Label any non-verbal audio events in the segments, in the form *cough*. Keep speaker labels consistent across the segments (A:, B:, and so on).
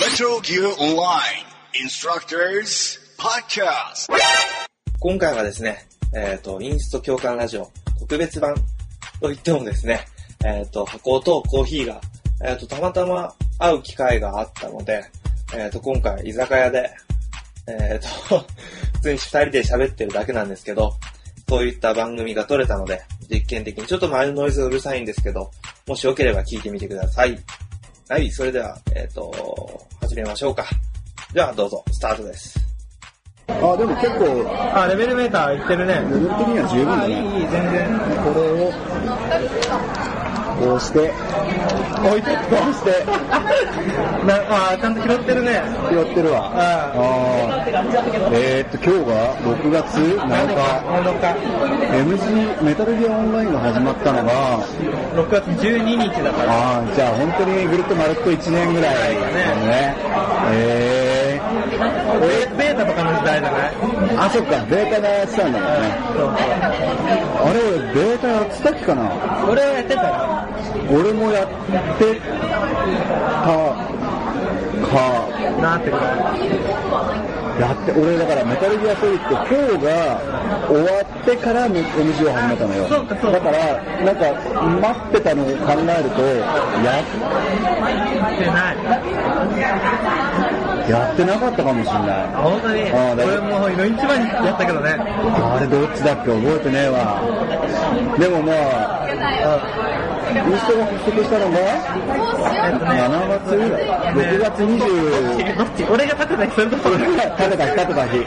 A: Metal Gear Online Instructors Podcast.
B: 今回はですね、えっ、と、インスト教官ラジオ特別版と言ってもですね、えっ、と、箱とコーヒーが、えっ、と、たまたま会う機会があったので、えっ、と、今回居酒屋で、えっ、と、 *laughs* 普通に二人で喋ってるだけなんですけど、そういった番組が撮れたので、実験的に、ちょっと周りのノイズがうるさいんですけど、もしよければ聞いてみてください。はい、それでは、えっ、と、始めましょうか。じゃあ、どうぞ、スタートです。
C: あでも結構レ
B: あ、レベルメーターいってるね。
C: ベル的には十分だね
B: いい、全然。
C: これをこうして置いてこうして
B: なあ、ちゃんと拾ってるね。
C: 拾ってるわあーえー、っと今日が6月7
B: 7日。
C: 日 MG メタルギアオンラインが始まったのが
B: 6月12日だか。
C: あーじゃあ本当にぐるっと丸っと1年ぐらいだねえ
B: ベベータとかの時代じゃない
C: ー、あそっかデータがやってたんだもんね
B: そう
C: あれ俺データやってたっけかな
B: そう。俺はやってたよ。
C: 俺もやってたか
B: なんてこと
C: やって俺だからメタルギアソリッド4が終わってから MG を始めたのよ
B: そうかそうか
C: だからなんか待ってたのを考えるとや
B: ってない。
C: やってなかったかもしれな
B: あ、
C: い
B: 本当に。
C: あだいぶ
B: 俺もう一番やったけどね。
C: あれどっちだっけ覚えてねえわでもまあインストが発足したのが
B: えっとね。
C: 7月ぐらい6月
B: *laughs*
C: 20
B: どっち俺が立てた日それとも
C: 俺が立てた日立てた日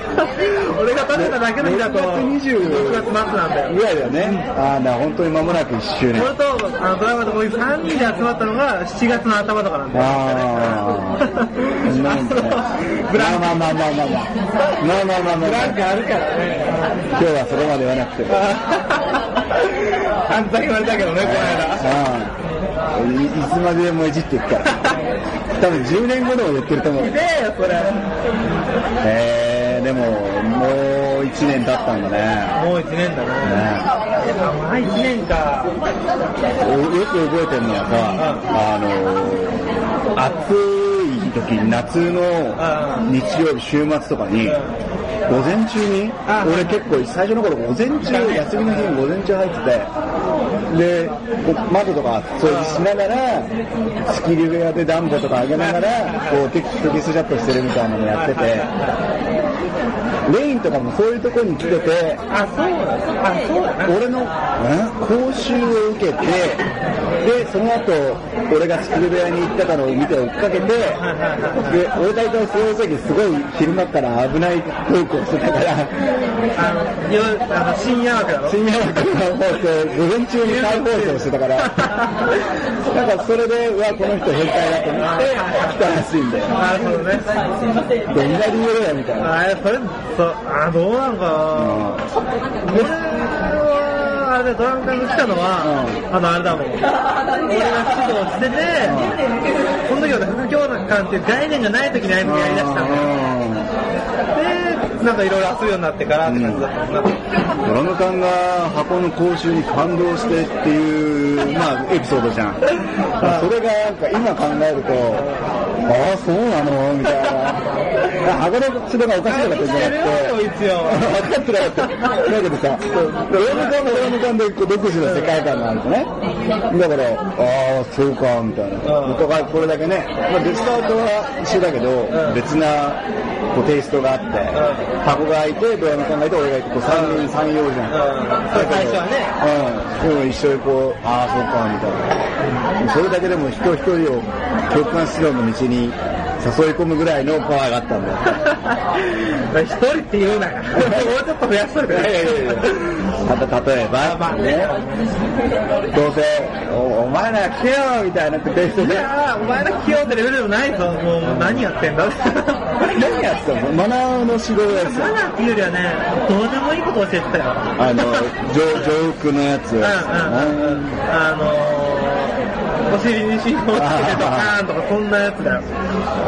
B: 俺が立てただけの日だと
C: 6月
B: 6
C: 20
B: 月末なんだよ
C: ぐらいだよねああだから本当に間もなく1周年
B: 俺とあのドラマとこういう3人で集まったのが7月の頭とかなんだよ
C: あーなんか
B: ブラン
C: まあまあまあまあまあまあまあまあまあまあ
B: なんかあるからね
C: 今日はそこまで言わなくても
B: あんた言われたけどね、この間。
C: あーいいつまででもいじっていくから多分10年後でも言ってると思う
B: ひでえよ、それ。
C: えー、でももう1年経ったんだね
B: もう1年だな。
C: ね
B: あ、1年か。
C: およく覚えてるのはさあのー暑い時夏の日曜日週末とかに午前中に
B: あ
C: 俺結構最初の頃午前中休みの日に午前中入っててでこう窓とか掃除しながら仕切り部屋で暖房とか上げながらこうテキストギスジャットしてるみたいなのやっててレインとかもそういうとこに来てて
B: あ、そうだ。あ、そうだな。
C: 俺の講習を受けてでその後俺がスクール部屋に行ってたのを見て追っかけてで俺大体その時すごい昼間から危ないトークをしてたから
B: あの、よあの深夜枠だろ。
C: 深夜枠の放送午前中に再放送してたからなんかそれでうわこの人変態だと思って来たらしいんだよ
B: あ、そうね。
C: どんな理由だよみたいな。
B: あ、それ、そう、あ、どうなのかな。俺は、あれでドラム缶が来たのは、あの、あれだもん。俺が指導してて、その時はね副教官っていう概念がない時にああいうのやりだしたのよ。
C: うん
B: で、なんかいろいろ遊ぶようになってからって感じだったもんな。
C: ドラム缶が箱の講習に感動してっていう、まあ、エピソードじゃん。それがなんか今考えると、ああ、そうなのみたいな。箱のそれがおかしいとかってんじゃなくて。
B: いつよ。
C: 分かってなかった。だけどさ、ドラム缶もドラム缶でこう独自の世界観があるとね。だから、ああ、そうか、みたいな。
B: うん
C: お互いこれだけね、まあ、デスカートは一緒だけど、
B: ん
C: 別なこうテイストがあって、箱が開いて、ドラム缶が開いて、俺がいて、こう三人三様じゃん。
B: うんそう最初はね。
C: うん、でも一緒にこう、ああ、そうか、みたいな。それだけでも人一人を共感指導の道に誘い込むぐらいのパワーがあったんだよ。
B: 一人って言う
C: *laughs*
B: なよ。もうちょっと増やしとる
C: いやいやいやたと例えば、
B: まあ
C: ね、どうせお、お前ら来てよみたいなテイスト
B: い
C: で、
B: やーお前の器用ってレベルもないぞ。もうもう何やってん
C: *laughs*
B: だ。
C: 何やってたのマナーの指導やつ。
B: マナーっていうよりはね、どうでもいいこと教えてたよ。
C: あの、ジョジョークのやつ。
B: うんうんうん。あのー、
D: お尻に信号をつけてドカーンとか、そんなやつだよ。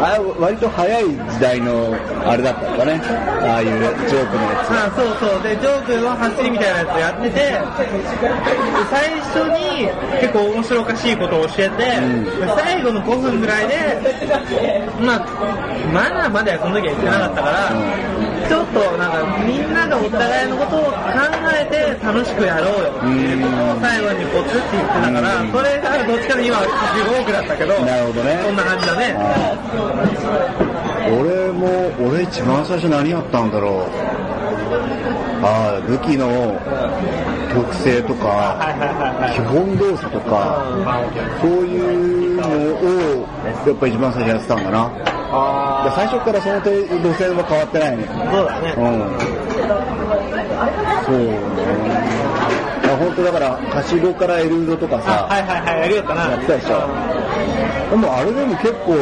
C: あれ割と早い時代のあれだったんだねああいうジョークのや
D: あそうそう。で、ジョー君は走りみたいなやつやってて、で最初に結構面白おかしいことを教えて、
C: ん
D: で最後の5分ぐらいで、まあ、マナーまではその時は言ってなかったから、ちょっとなんかみんながお互いのことを考えて楽しくやろうよっていうことを最後にポツって言ってたから、
C: うん
D: それがどっちかの今は15億だったけど、
C: つなるほどね
D: そんな感じだね。
C: 俺も俺一番最初何やったんだろうああ武器の特性とか基本動作とかそういうのをやっぱ一番最初やってたんだなで最初からその手路線は変わってないね
D: そうだね。
C: うんそうねあ本当だからはしごからエルードとかさ、
D: あはいはいはい、やるよったな。
C: やってたでしょでもあれでも結構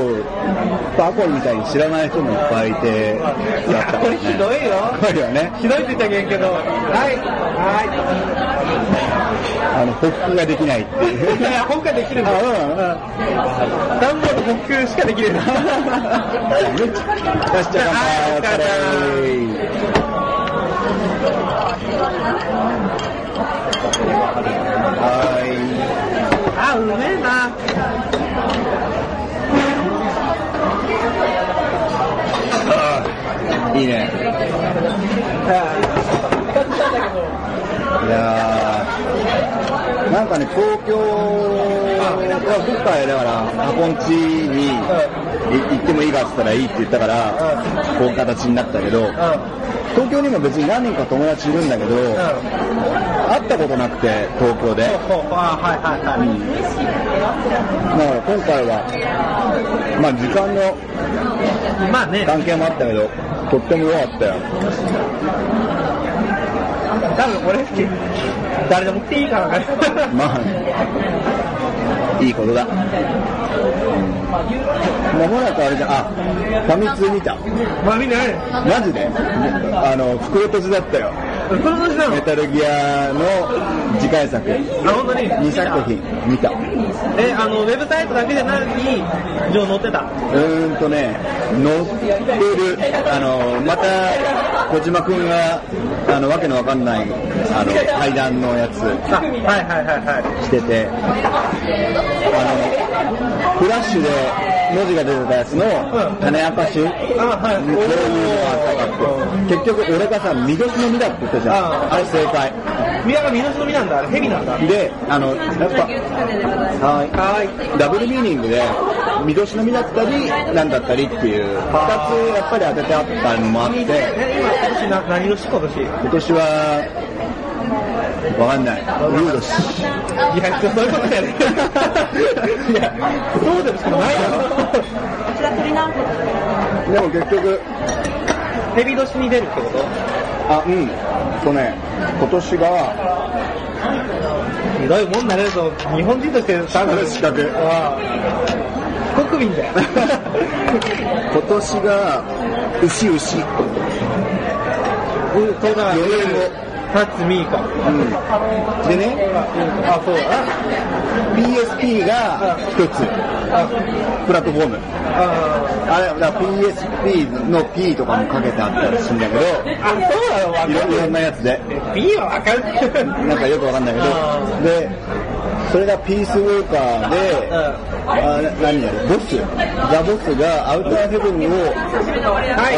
C: バコンみたいに知らない人もいっぱいいて
D: い
C: だっ
D: や
C: たから、ね、
D: これひどいよ。
C: これはね
D: ひどいって言ったらいけんけど、はい、
C: あ
D: は
C: のホックができないっていう
D: い。いや、本家できるん
C: あ
D: だ。
C: う
D: ダンボール補給しかできるな。
C: んうんよしじゃあ乾杯お疲れはい
D: あ、うめえな。
C: いいね。いやーなんかね、東京は今回だから、箱んちにい行ってもいいかって言ったらいいって言ったから、こういう形になったけど、東京にも別に何人か友達いるんだけど、会ったことなくて、東京で。
D: ほうほうあ、はいはいはい。
C: だから今回は、まあ時間の
D: まあね、
C: 関係もあったけど、とっても良かったよ。
D: 多分俺、誰でも来ていいからね。
C: まあ、いいことだ。まもなくあれじゃん、あ、ファミ通見た。
D: まあみんなね、
C: マジであの、袋閉じだったよ。
D: この年なの
C: メタルギアの次回作、2
D: あ、本当に。
C: 作品見た。う
D: え、あの、ウェブサイトだけじゃないのに、上載ってた。
C: ーんとね、乗ってる、あの、また、小島くんが、あの、わけのわかんない、あの、階段のやつ、
D: あ、はいはいはいはい。
C: してて、あの、フラッシュで文字が出てたやつの
D: ん
C: 種明かし、こういうの
D: あ、はい。
C: があったかって。結局俺がさ、緑の実だって言ったじゃ
D: うん
C: ん。あれ正解。
D: みんなが身の忍びなんだ、あれ、蛇なんだ。はい
C: で、あの、やっぱ、はい、ダブルミーニングで、緑の実だったり、なんだったりっていう、二つやっぱり当ててあったのもあっ
D: え、
C: て、
D: 今、今年な何年今年。
C: 今年は、わかんない。ルードし。
D: いや、そういうことやね。いや、そうでもしかないだろ。
C: でも結局、
D: ヘビ年に出るってこと
C: あ、うん。とね、今年が、
D: ひどいもんだね、そう。日本人として多分、
C: 資格。
D: ああ国民だよ。
C: 今年が、牛牛。うん。
D: うん、そうだ、
C: 余裕も
D: タッツミーか。
C: でね、
D: あ、そうだな。
C: PSP が一つ、
D: あ、
C: プラットフォーム。
D: あ
C: あれ、だから PSP の P とかもかけてあったらしいんだけど、
D: ーあ、そうだよ、わか
C: いろ
D: る。
C: いろんなやつで、
D: B はわかる。
C: なんかよくわかんないけ
D: あ
C: ど、で、それがピースウォーカーで、あな何だろう、ボス、ザ・ボスがアウターヘブンを、
D: はい。
C: は
D: よ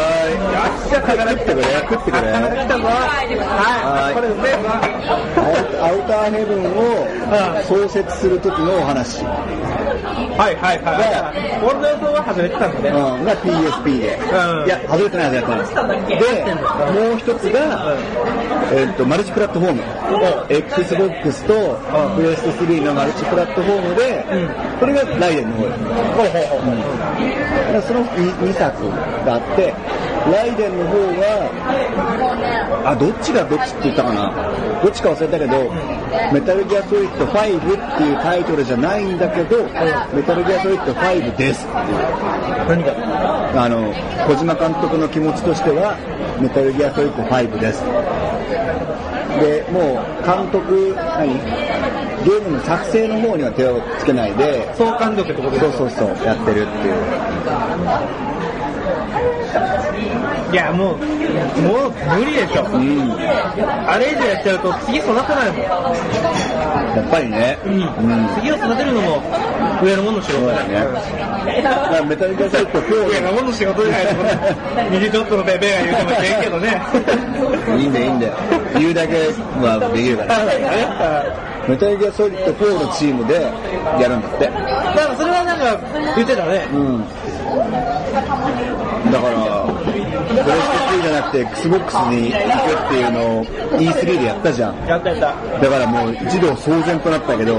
D: っしゃ、宝
C: 食ってくれ、食ってくれ。
D: 宝来たぞ。は。
C: はいい
D: これうめえわ。
C: アウターヘブンを創設する時のお話、うん、
D: はいはいはい。俺の予想は外れてたんだね。
C: が PSP で、
D: うん
C: いや外れてないやつやったんですでもう一つが、えっとマルチプラットフォーム、XBOX とプレステ3のマルチプラットフォームで、これがライデンの方です、うん、だからその 2, 作があってライデンの方があどっちがどっちって言ったかなどっちか忘れたけど、メタルギアソリッド5っていうタイトルじゃないんだけど、メタルギアソリッド5ですっていう
D: 何が
C: あの小島監督の気持ちとしてはメタルギアソリッド5ですでもう監督何ゲームの作成の方には手をつけないで、
D: 相関力ってことです
C: そう
D: よ
C: そうそう、やってるっていう。
D: いや、もう、もう無理でしょ。
C: うん。や
D: あれ以上やっちゃうと次育たないも
C: っぱりね。
D: ん。うん、次を育てるのも上のもの仕
C: そ
D: 事
C: う
D: だ
C: だね。だからメタルギアソリッド
D: 上のもの仕事じゃないと思って、右ちょっとのペーペーが言うかもしれんけどね。
C: 4。いいんだよいいんだよ。言うだけはできるから。メタルギアソリッド4のチームでやるんだって。
D: だからそれはなんか言ってたね。
C: うん。だから、プレステ2じゃなくて Xbox に行くっていうのを E3 でやったじゃん。
D: やったやった。
C: だからもう児童騒然となったけど、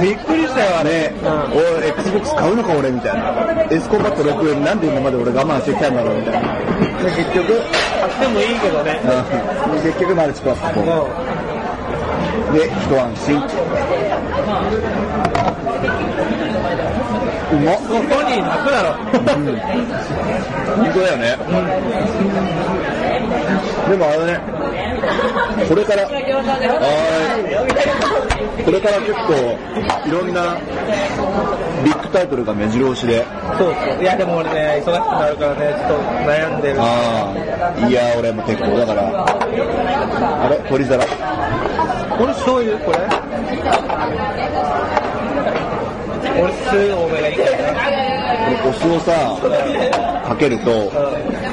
D: びっくりしたよ、あれ。
C: ね、
D: うん
C: おい Xbox 買うのか俺みたいな。エスコンバット6なんで今まで俺我慢してきたんだろうみたいな。で結局、
D: 買ってもいいけどね。
C: うん結局マルチプラットフ
D: う
C: ォー
D: ん
C: ムで一安心。うまっ。
D: もうソニー泣くだろ。
C: 本当だよね。でもあれね、これから、はーいこれから結構、いろんなビッグタイトルが目白押しで、
D: そうそう。いや、でも俺ね、忙しくなるからね、ちょっと悩んでる。
C: ああ、いや、俺も結構、だから、あれ、鳥皿。
D: これ醤油これ俺酢多めがいいからね
C: これお酢をさ、かけると、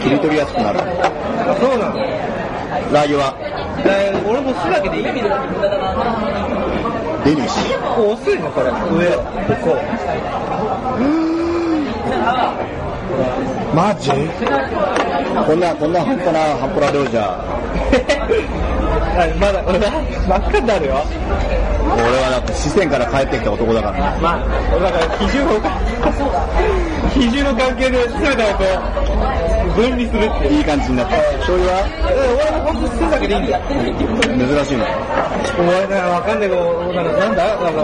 C: 切り取りやすくなる。
D: あそうなのだ
C: ラー油は、
D: から俺も酢だけでいい
C: デニッシュ。
D: お酢いねこれ上をこう
C: マジこんな、こんな半端な、半端な量じゃ、
D: あまだ俺真っ赤になるよ
C: 俺はだって四川から帰ってきた男だからね。
D: まあ俺だから比重の関係比重の関係で全てをこう分離するっていう
C: いい感じになった。醤油は
D: え俺も本当酢だけでいいんだよ
C: 珍しいの。
D: お前なんかわかんないけどなんかなんだなんか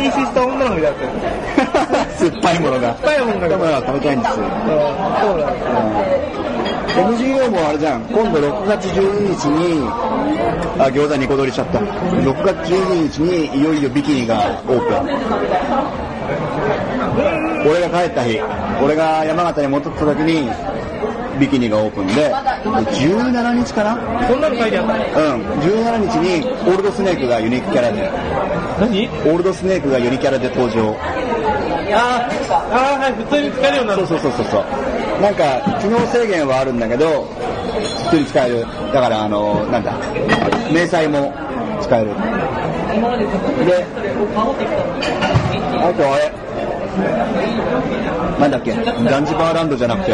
D: 妊娠した女の子みたいになってる
C: *laughs* 酸っぱいものが。
D: 酸っぱいものが
C: だから食べたいんですよ。
D: うんそうなんだ
C: MGO もあれじゃん、今度6月12日に、あ、餃子2個取りしちゃった。6月12日にいよいよビキニがオープン。俺が帰った日、俺が山形に戻った時に、ビキニがオープンで、17日かな
D: こんなの書いてあった
C: うん、17日にオールドスネークがユニークキャラで、
D: 何
C: オールドスネークがユニキャラで登場。
D: あーあー、はい、普通に使えるようにな
C: そ
D: る
C: う。そうそうそうそう。なんか、機能制限はあるんだけど、普通に使える。だから、あの、なんだ、明細も使える。で、あとあれ、なんだっけ、ダンジバーランドじゃなくて、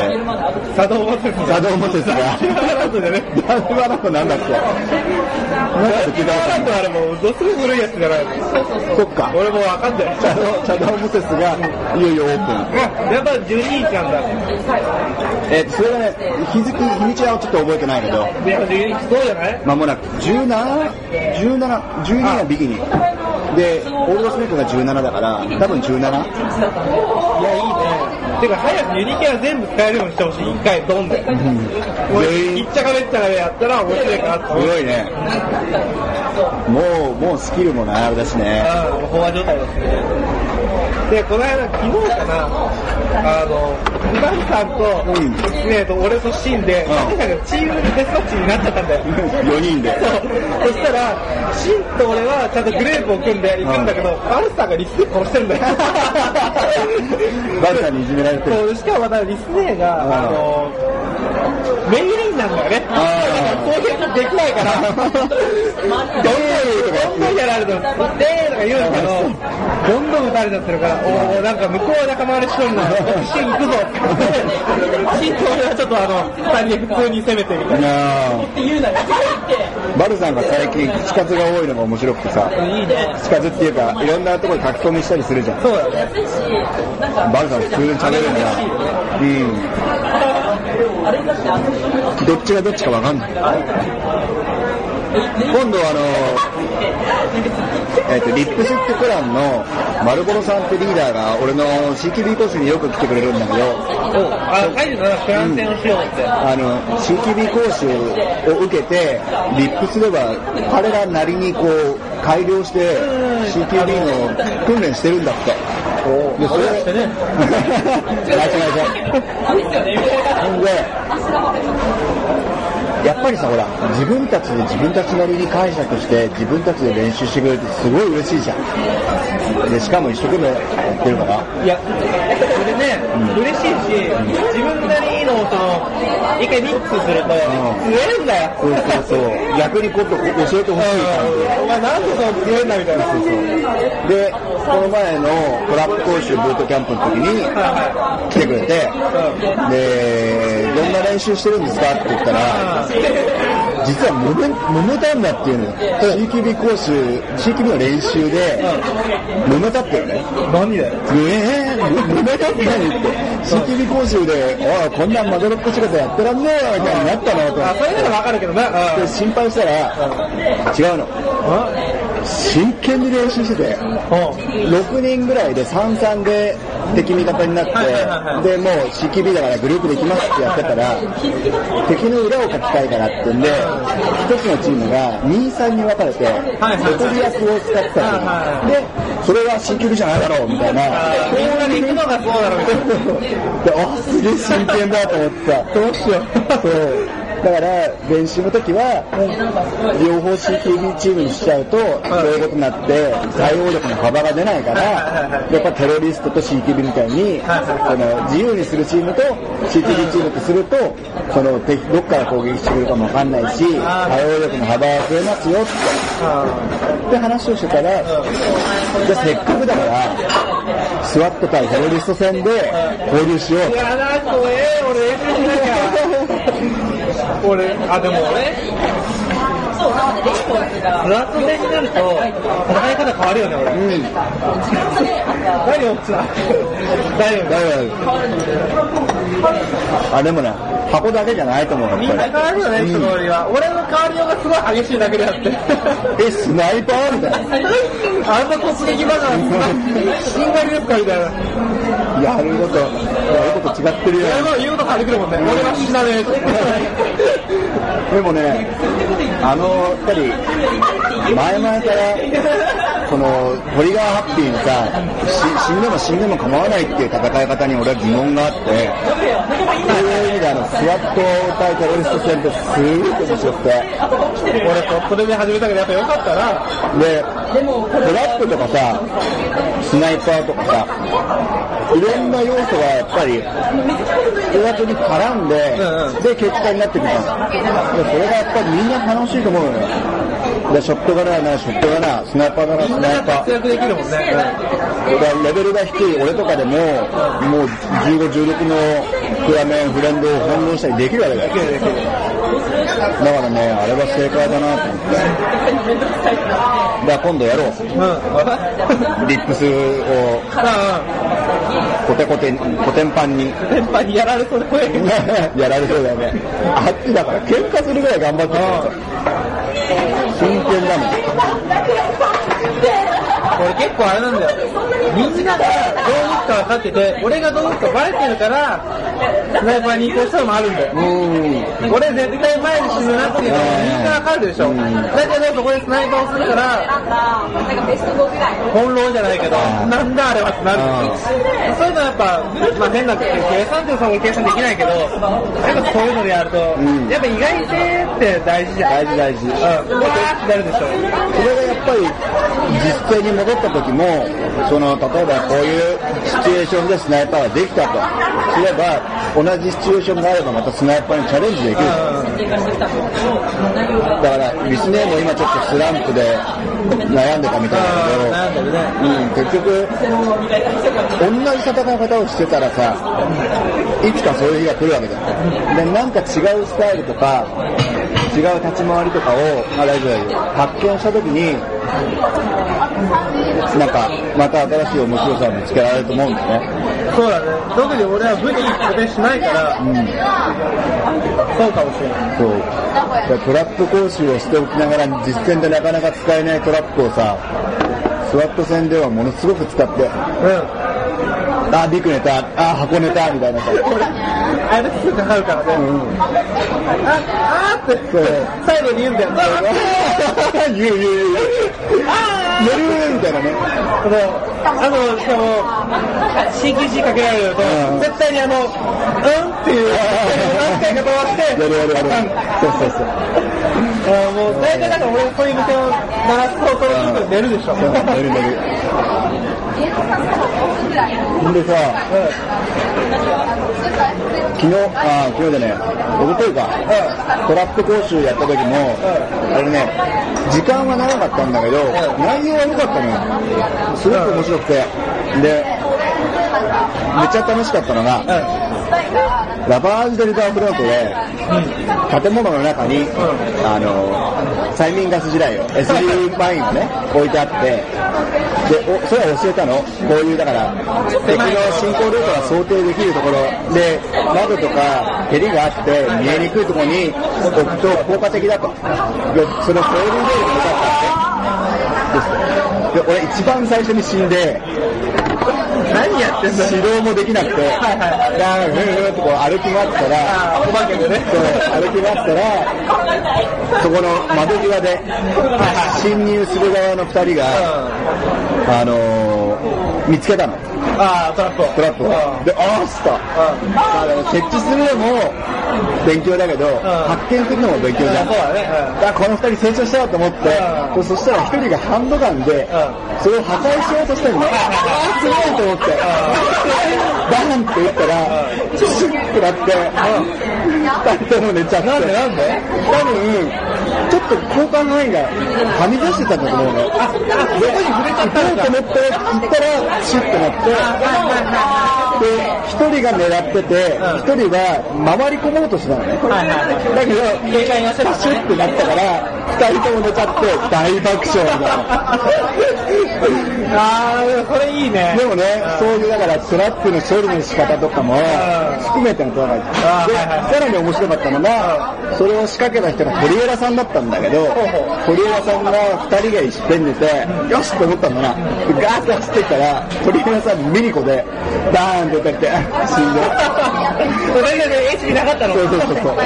D: 作動モデル。
C: ザドウモセスが、ダンジ
D: ランドじゃね。
C: バーランドなんだっけ、なんか聞いたこ
D: ランド
C: と
D: あれもう、どすごい古いやつじゃないの。
C: ある。そっか、
D: 俺もうわかんない。
C: シャドウシャドウモセスがいよいよオープン。
D: やっぱ12日なんだ。
C: えーそれがね、日付、日にちはちょっと覚えてないけど、
D: いや、12日そうじゃない
C: まもなく、17、17、12がビキニ。で、オールドスネークが17だから、多分17。
D: いや、いいね。てか、早くユニキャラ全部使えるようにしてほしい。一回、ドンで。
C: 全
D: いっちゃかめっちゃかでやったら面白いかなって思う。
C: 強いね。もう、もうスキルもないあれだしね。
D: ああ、飽和状態ですね。で、この間、昨日かな、あの、イバンさんと、
C: うん
D: ねえと、俺とシンで、
C: うん
D: なんかチームデスパッチになっちゃったんだよ。
C: 4人で。
D: そうそしたら、シンと俺はちゃんとグレープを組んで行くんだけど、アルスさんがリスネー殺して
C: *laughs*
D: るんだよ。
C: バルさんにいじめられてる。
D: そうしかもまたリスネー
C: うん
D: が、あの、メインなんだよね。だか
C: あー
D: ら攻撃できないから、どんどん、どんどんやられてる。でーとか言うんだけど、どんどん撃たれちゃってるから、おーおー、なんか向こうは仲間割れしとるな、一緒に *laughs* 行くぞって言って。シンと俺はちょっとあの、二人で普通に攻めてみたい
C: い
D: な。
C: やーバルさんが最近口数が多いのが面白くてさ、
D: いいね。
C: 口数っていうか、いろんなところに書き込みしたりするじゃん。
D: そうだね。
C: バルさん普通に喋るんだ。うん。どっちがどっちかわかんない。今度あの、えっ、と、リップシックプランの丸ボロさんってリーダーが、俺の CQB コースによく来てくれるんだけど、
D: おあ、書いてたな、フラン戦をしようって。
C: あの、CQB 講習を受けて、リップすれば、彼らなりにこう、改良して、CQB の訓練してるんだって。で、それ
D: そしてね、
C: *laughs* 間違えた。ほんで、やっぱりさ、ほら、自分たちで自分たちなりに解釈して、自分たちで練習してくれるってすごい嬉しいじゃん。で、しかも一生懸命やってるから。
D: いや、それね、嬉しいし、自分なりの、その、一回ミックスすると、
C: ん
D: 増えるんだよ。
C: そうそうそう。逆にこっと教えてほしい感じ。
D: お前なんでその強いんだみたいな。
C: そうそうで、この前のトラップ講習ブートキャンプの時に来てくれて、で、どんな練習してるんですかって言ったら、実は揉め、揉めたんだっていうのよ。CQB 講習、CQB の練習で、揉めたってよね。
D: 何だよ。
C: えぇ、揉めたって何って。CQB 講習で、おい、こんなんまどろっこしいことやってらんねえよ、みたいになったのと思
D: あ、
C: っ
D: それならわかるけどな。
C: て。で心配したら、違うの。真剣に練習してて、
D: うん。
C: 6人ぐらいで三々で敵味方になって、
D: はいはいはいはい
C: で、もう CQB だからグループで行きますってやってたら、敵の裏をかきたいからってんで、一つのチームが2、3に分かれて、
D: はいはい
C: 残り役を使ってた
D: は
C: の。で、それは CQB じゃないだろうみたいな。
D: みんなで行くのがそう
C: *laughs*
D: だろ、みたいな。
C: で、あ、すげえ真剣だと思った。どうしよう。そう。だから、練習の時は、両方 CTV チームにしちゃうと、そういうことになって、対応力の幅が出ないから、やっぱテロリストと CTV みたいに、その自由にするチームと CTV チームとすると、その敵、どっから攻撃してくるかもわかんないし、対応力の幅が増えますよって。って話をしてたら、じゃあせっかくだから、スワット対テロリスト戦で交流しよう
D: いやだ、怖え、俺練習しなきゃ。俺、あ、でも俺、プラス戦になると、戦い方変わるよね、俺。
C: うん、
D: 大丈夫さ。大丈
C: だから、あ、でもな、箱だけじゃないと思う、
D: 夫。み
C: やっ
D: んな変
C: ぱ
D: わるよね、人の割は。俺の変わりようがすごい激しいだけであって。
C: り。え、スナイパーみたい
D: あんな突撃バカなんすか侵害ですかみたいな。
C: な。やること、やること違ってるよ。
D: やばい、言うと張りくるもんね。俺は死なね
C: でもね、あの、やっぱり、前々から、この、トリガーハッピーのさ、し死んでも死んでも構わないっていう戦い方に俺は疑問があって、そういう意味であの、スワット対テロリスト戦ってすごく面白くて、
D: え。俺、トップで見始めたけど、やっぱよかったな。
C: で、トラップとかさ、スナイパーとかさ、いろんな要素がやっぱり、複雑に絡んで、
D: うんう
C: で、結果になってくるじゃん。で、それがやっぱりみんな楽しいと思うのよ。で、ショットガナーならショットガナー、スナイパーならス
D: みん
C: ナイ
D: な
C: パ
D: が
C: ー。
D: 活躍できるもんね。
C: レベルが低い俺とかでも、もう15、16のフラメン、フレンドを翻弄したりできるわけだよ。だからね、あれは正解だなと思って。じゃあ今度やろう。
D: うん。うん。
C: リップスをコテコテ、コテンパンに *laughs*
D: 先輩にやられそうで怖いけど。
C: やられそうだよね。あっちだから喧嘩するぐらい頑張ってるよ真剣だもん。
D: 俺結構あれなんだよ。みんながどう打つか分かってて、俺がどう打つかバレてるから、スナイパーに移行したのもあるんだよ。
C: うん。
D: 俺絶対前に死ぬなっていうのはみんなわかるでしょ。
C: うん
D: だけどそこでスナイパーをするから、翻弄じゃないけど、
C: うん
D: なんだあれはってなる。そういうのはやっぱ、まあ変な計算っていうのは俺計算できないけど、やっぱそういうのでやると、
C: ん
D: やっぱ意外性って大事じゃん。
C: 大事大事。
D: うん。うわーってなるでしょ。
C: それがやっぱり実際に戻った時もその例えばこういうシチュエーションでスナイパーができたとすれば同じシチュエーションがあればまたスナイパーにチャレンジできるだからリスネーも今ちょっとスランプで悩んでたみたいだ
D: なんだろうね。
C: けど、うん、結局同じ戦い方をしてたらさいつかそういう日が来るわけだよでなんか違うスタイルとか違う立ち回りとかをあれだよ発見した時になんか、また新しい面白さを見つけられると思うんだよね。
D: そうだね。特に俺は武器固定しないから、そうかもしれない。
C: そう。だからトラップ講習をしておきながら、実戦でなかなか使えないトラップをさ、スワット戦ではものすごく使って、
D: うん。
C: あ、ビッグネタ、あ、箱ネタ、みたいなさ。
D: あれすぐ入るからね。
C: うん
D: あ、あーって
C: そう、
D: 最後に言うんだよ。あーっ
C: *laughs*
D: て
C: 言う言う言う。
D: あ
C: 寝るみたいなね。
D: ーそのあの、しかも、CQC かけられると
C: うん、
D: 絶対にあの、うんっていう、何回か飛ばして、
C: やるやるやる。そうそうそう。
D: あーもう大体だから俺恋人を鳴らすとその時に寝るでしょ。
C: そう寝る寝る。ほんでさ、昨日、あ昨日じゃねえ、おとといか、トラップ講習やった時も、あれね、時間は長かったんだけど、内容は良かったのよ。すごく面白くて。で、めっちゃ楽しかったのが、ラバージュデルダーフロートで、建物の中に、あの、催眠ガス時代を、SD マインがね、置いてあって、で、おそれは教えたの、こういうだから、敵の進行ルートが想定できるところで、窓とかヘりがあって、見えにくいところに置くと効果的だと。で、その超える能力も良かったって。ですで、俺一番最初に死んで、
D: 何やってんだよ。
C: 指導もできなくて、
D: いは
C: だーふんふんってこう歩き回ってたら、
D: あーお化けでね。
C: そう歩きましたら、そこの窓際で、侵入する側の二人が、あのー見つけたの、
D: ああ、トラップを。
C: トラップを。で、あーっつった。あの設置するのも勉強だけど、発見するのも勉強じゃん。
D: そうだね。
C: あこの二人成長したなと思って、こうそしたら一人がハンドガンで、それを破壊しようとしたの。ああ、すごいと思って、 *laughs* バンって打ったら、シュッてなって、二人とも寝ちゃって。なんでなんで多分、ちょっと交換範囲がはみ出してたんだと思うの。どこに触れちゃったのと思って、行ったら、シュッてなって、で、一人が狙ってて、一人は回り込もうとしたのね。だけど、警戒がシ
D: *laughs*
C: ュッてなったから、二人とも寝ちゃって大爆笑みたい
D: ああ、でもそれいいね
C: な。。でもね、そういうだからトラップの処理の仕方とかも含めてのトライで、さらに面白かったのが、それを仕掛けた人が堀江さんだったんだけど、堀江さんが二人が一緒に寝て、よしと思ったのが、ガーッて走ってきたら、堀江さんミニコで、ダーンって打たれて、死んだ。
D: それ以外で HP なかったの
C: そうそうそうそう。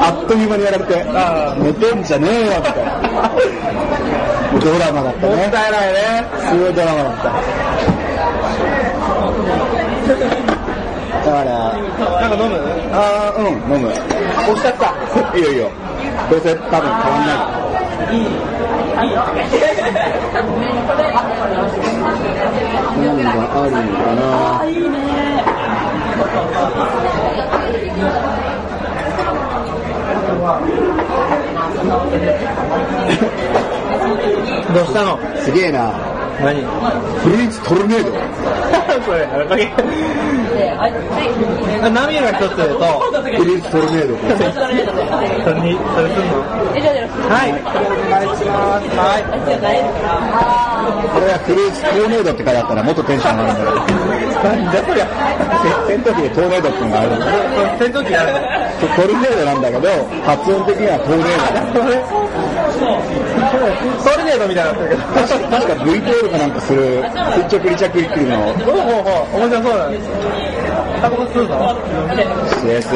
C: あっという間にやられて、寝てんじゃねえよ
D: *laughs*
C: みたいな。ドラマだった
D: もっ
C: ね。
D: たいないね。
C: すごいドラマだった。だから、
D: なんか飲む
C: あーうん、飲む。
D: 押しちゃった。
C: いいよいいよ。どうせ多分変わんないから。何があるのかな
D: どうしたの
C: すげえな。
D: 何
C: フルーツトルネード。
D: これ、あれだけ。波が一つと、
C: フルーツトルネード。
D: それに、それすんのはい。お願いします。はい。
C: これはフルーツ透明度って書いてあったらもっとテンション上がるんだけど。
D: なんだこりゃ。
C: 戦闘機で透明度っていうのがあるんだよ
D: 戦闘機だね。
C: トルネードなんだけど、発音的には透明
D: それ、トルネードみたいになってるけど。
C: 度。確か VTR かなんかする、接着離着陸の
D: ほうほうほう、面白そうだね。タバコ吸うぞ。
C: CS。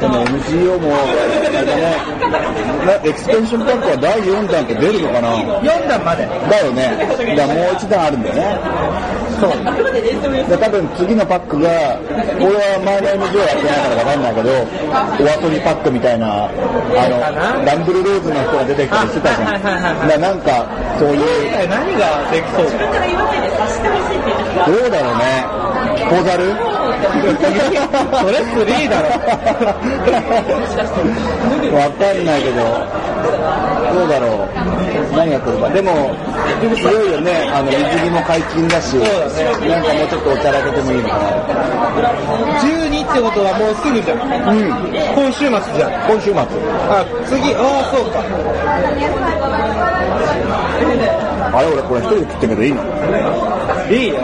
C: でも MGO も、あれだね、なエクスペンションパックは第4弾って出るのかな
D: 4段まで。
C: だよね。だからもう1弾あるんだよね。
D: そう。
C: で多分次のパックが、俺は前の MGO やってないからわかんないけど、お後にパックみたいな、あの、ランブルローズの人が出てきたりしてたじゃん。だからなんか、そういう、
D: 何ができそう
C: どうだろうね。小ざる
D: それフリーだろ
C: わかんないけど、どうだろう。何が来るか。でも、いよいよね、あの、水着も解禁だし、なんかもうちょっとおちゃらけてもいいのかな。
D: 12ってことはもうすぐじゃん。
C: うん。
D: 今週末じゃん。
C: 今週末。
D: あ、次、ああ、そうか。
C: あれ、俺これ一人で食ってんけどいいの
D: いいよ。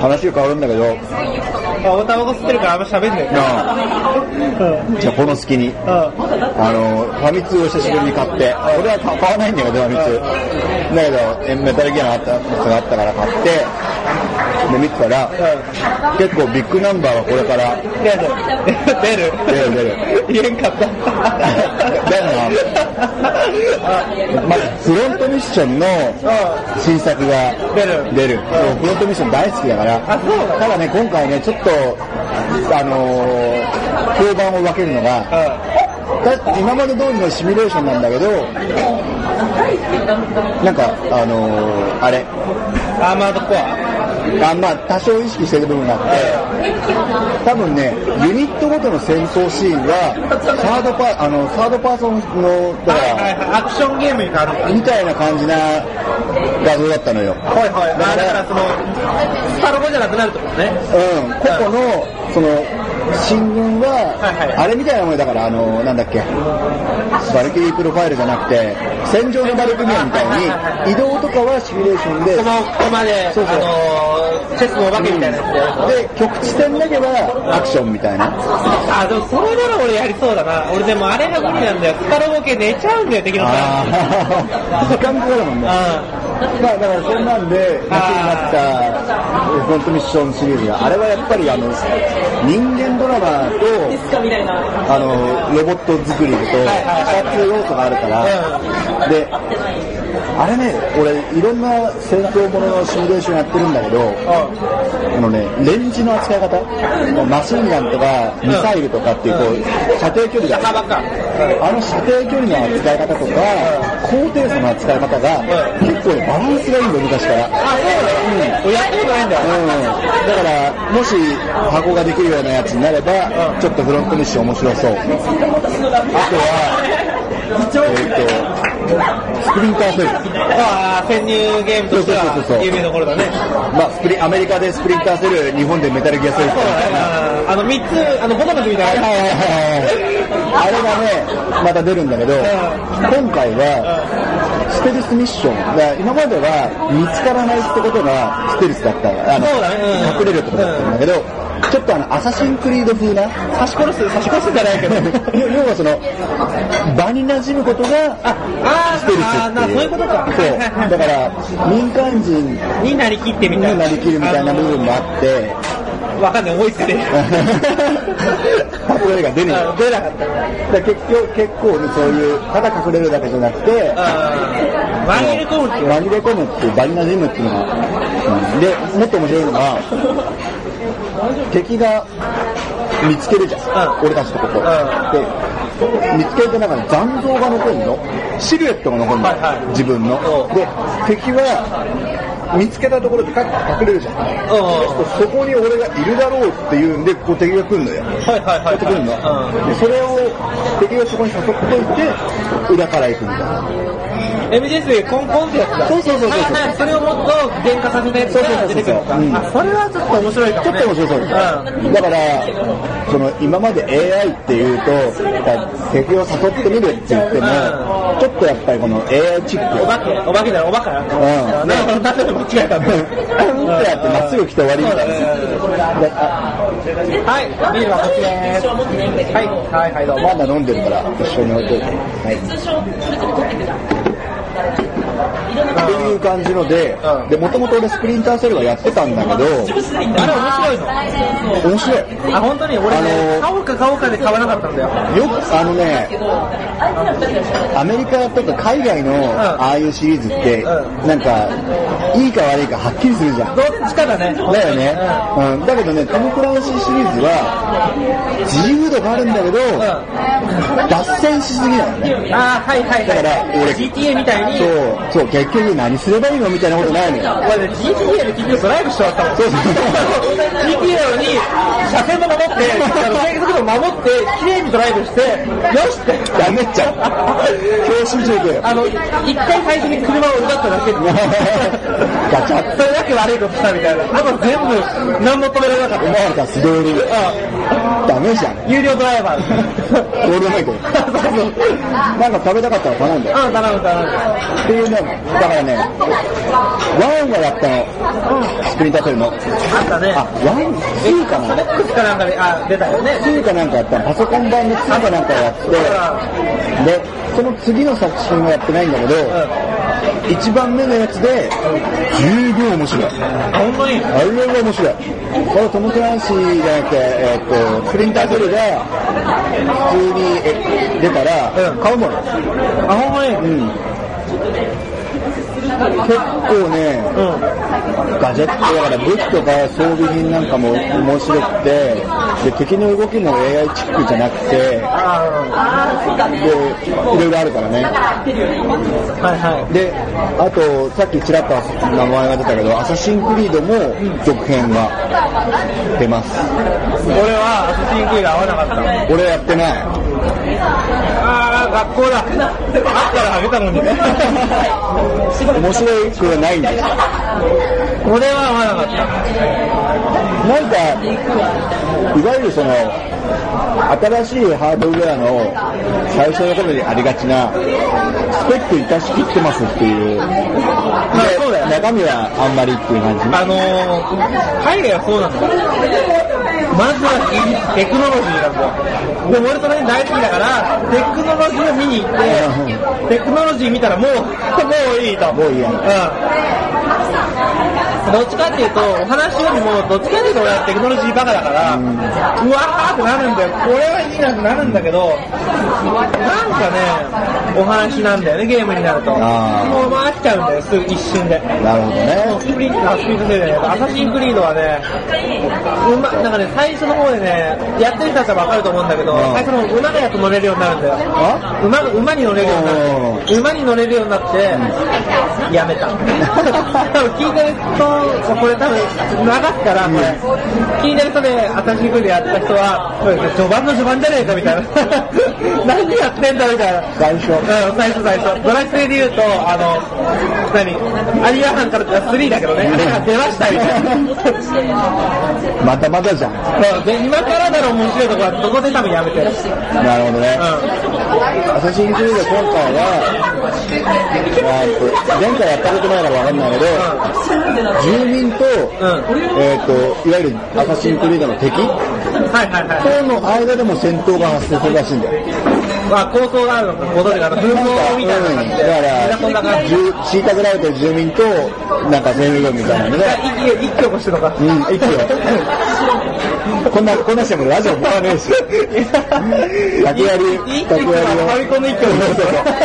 C: 話が変わるんだけど、
D: あ、おタバコ吸ってるからあんま喋んない。
C: なあじゃあこの隙に。
D: うん。
C: あの、ファミ通を久しぶりに買って、俺は買買わないんだけど、ファミ通。だけどえ、メタルギアのあったやつがあったから買って、で、見てたら、結構ビッグナンバーはこれから
D: 出る
C: 出る出る。
D: 出る言えん *laughs* かった。
C: 出るな。まず、フロントミッションの新作が
D: 出る
C: 出る。そうフロントミッション大好きだから。
D: あ、そう
C: ただね、今回ね、ちょっと、あのー、評判を分けるのが、た今まで通りのシミュレーションなんだけど、なんか、あのーあれ、
D: アーマードコア。
C: あまあ、多少意識してる部分があって、多分ね、ユニットごとの戦闘シーンは、サードパあのサードパーソンの、だ
D: はい
C: か
D: はい
C: ら、
D: はい。アクションゲームに変わるから。
C: みたいな感じな画像だったのよ。
D: はいはい。
C: だか
D: あ、だから
C: ら
D: その、スパロボじゃなくなるってことね。
C: うん、個々の、その、新軍は、
D: はいはい
C: あれみたいなものだから、あの、なんだっけ、バルキリープロファイルじゃなくて、戦場のバルキリアみたいに、移動とかはシミュレーションで
D: こ、の、ここまで、
C: そうそう
D: あのー、チェスのお化けみたいなやつでやると。
C: で、局地戦だけはアクションみたいな。
D: あ、でもそれなら俺やりそうだな。俺でもあれが無理なんだよ。スパロボ系寝ちゃうんだよ、敵のさ。
C: あー時間かかるもんね。
D: う
C: まあ、だからそんなんで、夏になった、フロントミッションシリーズが、あれはやっぱりあの、人間ドラマと、あの、ロボット作りと、二つ要素があるから、で、あれね、俺、いろんな戦闘もののシミュレーションやってるんだけど、あのね、レンジの扱い方、マシンガンとかミサイルとかっていう、こう、射程距離が
D: ん。あ、ばっか。
C: あの射程距離の扱い方とか、高低差の扱い方が、結構ねバランスがいいんだよ、昔から。
D: あ、そうだよ。俺やったことないんだよ。
C: うん。だから、もし箱ができるようなやつになれば、ちょっとフロントミッション面白そう。あとは、えっ、と、スプリンターセル。
D: ああ、潜入ゲームとして
C: そうそうそうそ
D: は
C: う
D: 有名どころだね。
C: まあ、スプリンアメリカでスプリンターセル、日本でメタルギアセルって
D: そう
C: 言うんだ
D: だ
C: よ
D: ね
C: な。。
D: あの、三つ、あの、ボタボタみたいな。
C: あれがね、また出るんだけど、今回は、ステルスミッション。だから今までは見つからないってことがステルスだったからあの
D: そうだねうん
C: 隠れるってことだったんだけど、ちょっとあの、アサシンクリード風な、
D: 差し殺す、差し殺すじゃないけ
C: *laughs*
D: ど。
C: 要要はその、場に馴染むこと
D: あ、
C: が、
D: あ
C: ステルス
D: ー、あー、な、
C: っ
D: そ
C: て
D: う
C: いう。
D: いうことか。
C: そう。だから、民間人
D: *laughs* になりきってみ
C: に
D: たいな。
C: なりきるみたいな部分もあって、
D: *laughs* あの。わかんない、思いつかね
C: 例えが出
D: え。
C: ねえ
D: あ
C: よ
D: の出なかった。
C: だから結局結構ねそういうただ隠れるだけじゃなくて
D: あー紛れ込むっていう。
C: 紛れ込むっていうバニナジムっていうのが、うんでもっと面白いのが敵が見つけるじゃん、
D: うん
C: 俺たちのこと、で見つけるとなんかね残像が残るのシルエットが残るの、
D: はいはい
C: 自分の
D: おう
C: で敵は見つけたところで隠れるじゃん
D: うん。
C: そこに俺がいるだろうっていうんでこう敵が来るのよ
D: はいはいは
C: や
D: い
C: ってくるの、
D: はい。うん
C: でそれを敵がそこに誘っといて裏から行くみたいな
D: MGS でコンコンってやつだ。
C: そうそうそうそう
D: はいはいそれをもっと原価させてやつが出てくるの
C: そうそうそうそううん
D: か。あ、それはちょっと面白いか
C: ちょ
D: もね。
C: っと面白そうです、だからその今まで AI っていうと敵を誘ってみるって言っても、ちょっとやっぱりこの AI チック
D: うん。お化け、お化けだろ、お化けだろ。
C: うん
D: なるほど、例えば間違えたんだ。
C: *laughs* うんってやってまっすぐ来て終わりみたいなであ
D: *laughs* はい、ビールはこっちです。はい、はい、はい、どうも。
C: まだ飲んでるから一緒に置いといて、はい、っていう感じので
D: うん
C: でもともと俺スプリンターセルはやってたんだけど
D: あれ面白いの
C: 面白い
D: あ、本当に俺
C: あの
D: ね
C: ー、
D: 買おうか買おうかで買わなかったんだよ。
C: よくあのねアメリカとか海外のああいうシリーズって、
D: うん
C: なんか、いいか悪いかはっきりするじゃん。
D: どっちかだね。
C: だよね、うん、だけどね、トム・クラウシーシリーズは、自由度があるんだけど、
D: うん。あ
C: 脱線しすぎなのね。
D: あー、はいはいはい。
C: だから俺
D: GTA みたいに、
C: そう、そう、結局何すればいいのみたいなことないのよ。
D: 俺ね GTA で結局ドライブしちゃっ
C: *laughs*
D: たもん。
C: そうそう
D: GTA に車線も守って、あの制限速度も守って、綺麗にドライブして、よしって。
C: ダメっちゃう。教習所行くよ。
D: あの、一回最初に車を奪っただけで
C: ガチャ
D: それだけ悪いことしたみたいな。なんか全部、何も止められなかっ
C: お前らが素通り。ダメじゃん。
D: た。有料ドライバー。
C: どうでもいいけど。なんか食べたかったら頼んだよ。
D: うん、頼む頼む。
C: っていうね、だからね、ワンがやったの。スクリーン立てるの。
D: あったね。
C: あ、ワン、ツーかな
D: ックスかなんかで、あ、出たよね。
C: ツーかなんかやったの。パソコン版のツーかなんかやって、で、その次の作品はやってないんだけど、一番目のやつで、十分面白い。
D: あ、ほんまに。
C: あれは面白い。これトム・クランシーじゃなくて、えーっと、プリンターソルが普通にえ出たら
D: うん
C: 買うもの。
D: あ、ほんまに。
C: うん。結構ね、
D: うん。
C: ガジェットだから武器とか装備品なんかも面白くて、で敵の動きも AI チックじゃなくて、で、
D: あ
C: いろいろあるからね。
D: あ、はいは
C: で、あと、さっきちらっと名前が出たけど、アサシンクリードも続編が出ます。
D: い。俺は、アスシンクイが合わなかった。
C: 俺やってない。
D: ああ、学校だ。あったらあげたのに。
C: 面白くはないんです。
D: *laughs* 俺は合わなかった。
C: なんか、いわゆるその、新しいハードウェアの最初の頃にありがちな、スペック生かしきってますっていう。で
D: そうだよね
C: 中身はあんまりっていう感じ。
D: あのー、海外はそうなんだよ。まずは技術テクノロジーだぞ。でも俺それ大好きだから、テクノロジーを見に行って、テクノロジー見たらもう、もういいと。
C: もういいや
D: うん。どっちかっていうと、お話よりも、どっちかっていうと俺はテクノロジーバカだから、うわーってなるんだよ。これはいいなってなるんだけど、なんかね、お話なんだよね、ゲームになると。もう
C: あー
D: 飽きちゃうんだよ、すぐ一瞬で。
C: なるほどね。
D: クリードあスピードセーブアサシンクリードはね、うま、なんかね、最初の方でね、やってる人たちはわかると思うんだけ
C: う
D: ど、
C: ん
D: 最初の方馬がやっと乗れるようになるんだよ。
C: あ
D: 馬が、馬に乗れるようになる。馬に乗れるようになって、やめた。多分聞いてる人、これ多分流すから、これ。聞いてる人で、アサシンクリードやった人は、これ序盤の序盤じゃねえかみたいな。 *laughs* 何やってんだみたいな。
C: 最初。
D: うん、最初最初。ドラクエで言うと、あの、何アリアハンから3だけどね、あれが出ましたみたいな。
C: またまたじゃん。
D: そうで今からなら面白いとこは、そこで多分やめてる。う
C: なるほどね。
D: ん。
C: アサシンクリード今回は、まあえっと前回やったことないからわかんないけど、住民と、
D: ん
C: えっ、と、いわゆるアサシンクリードの敵
D: はいはいは
C: との間でも戦闘が発生するらしいんだよ。
D: い。まあ、構想があるのか、戻るかな、
C: な
D: 文
C: んか
D: 豪みたいな感
C: う
D: じで。み
C: ん
D: んな
C: だ
D: こん
C: か
D: な
C: ら、
D: 感じ。
C: じゅ虐げられてる住民と、なんか戦闘みたいなので、
D: 一一挙起こしてるのか。
C: うん、行くよ。こんな、こんなしてもラジオ回らねえし。竹やり、竹やりをそうそうそうパ
D: 一挙起こ。ファミコンの一挙起こしてる。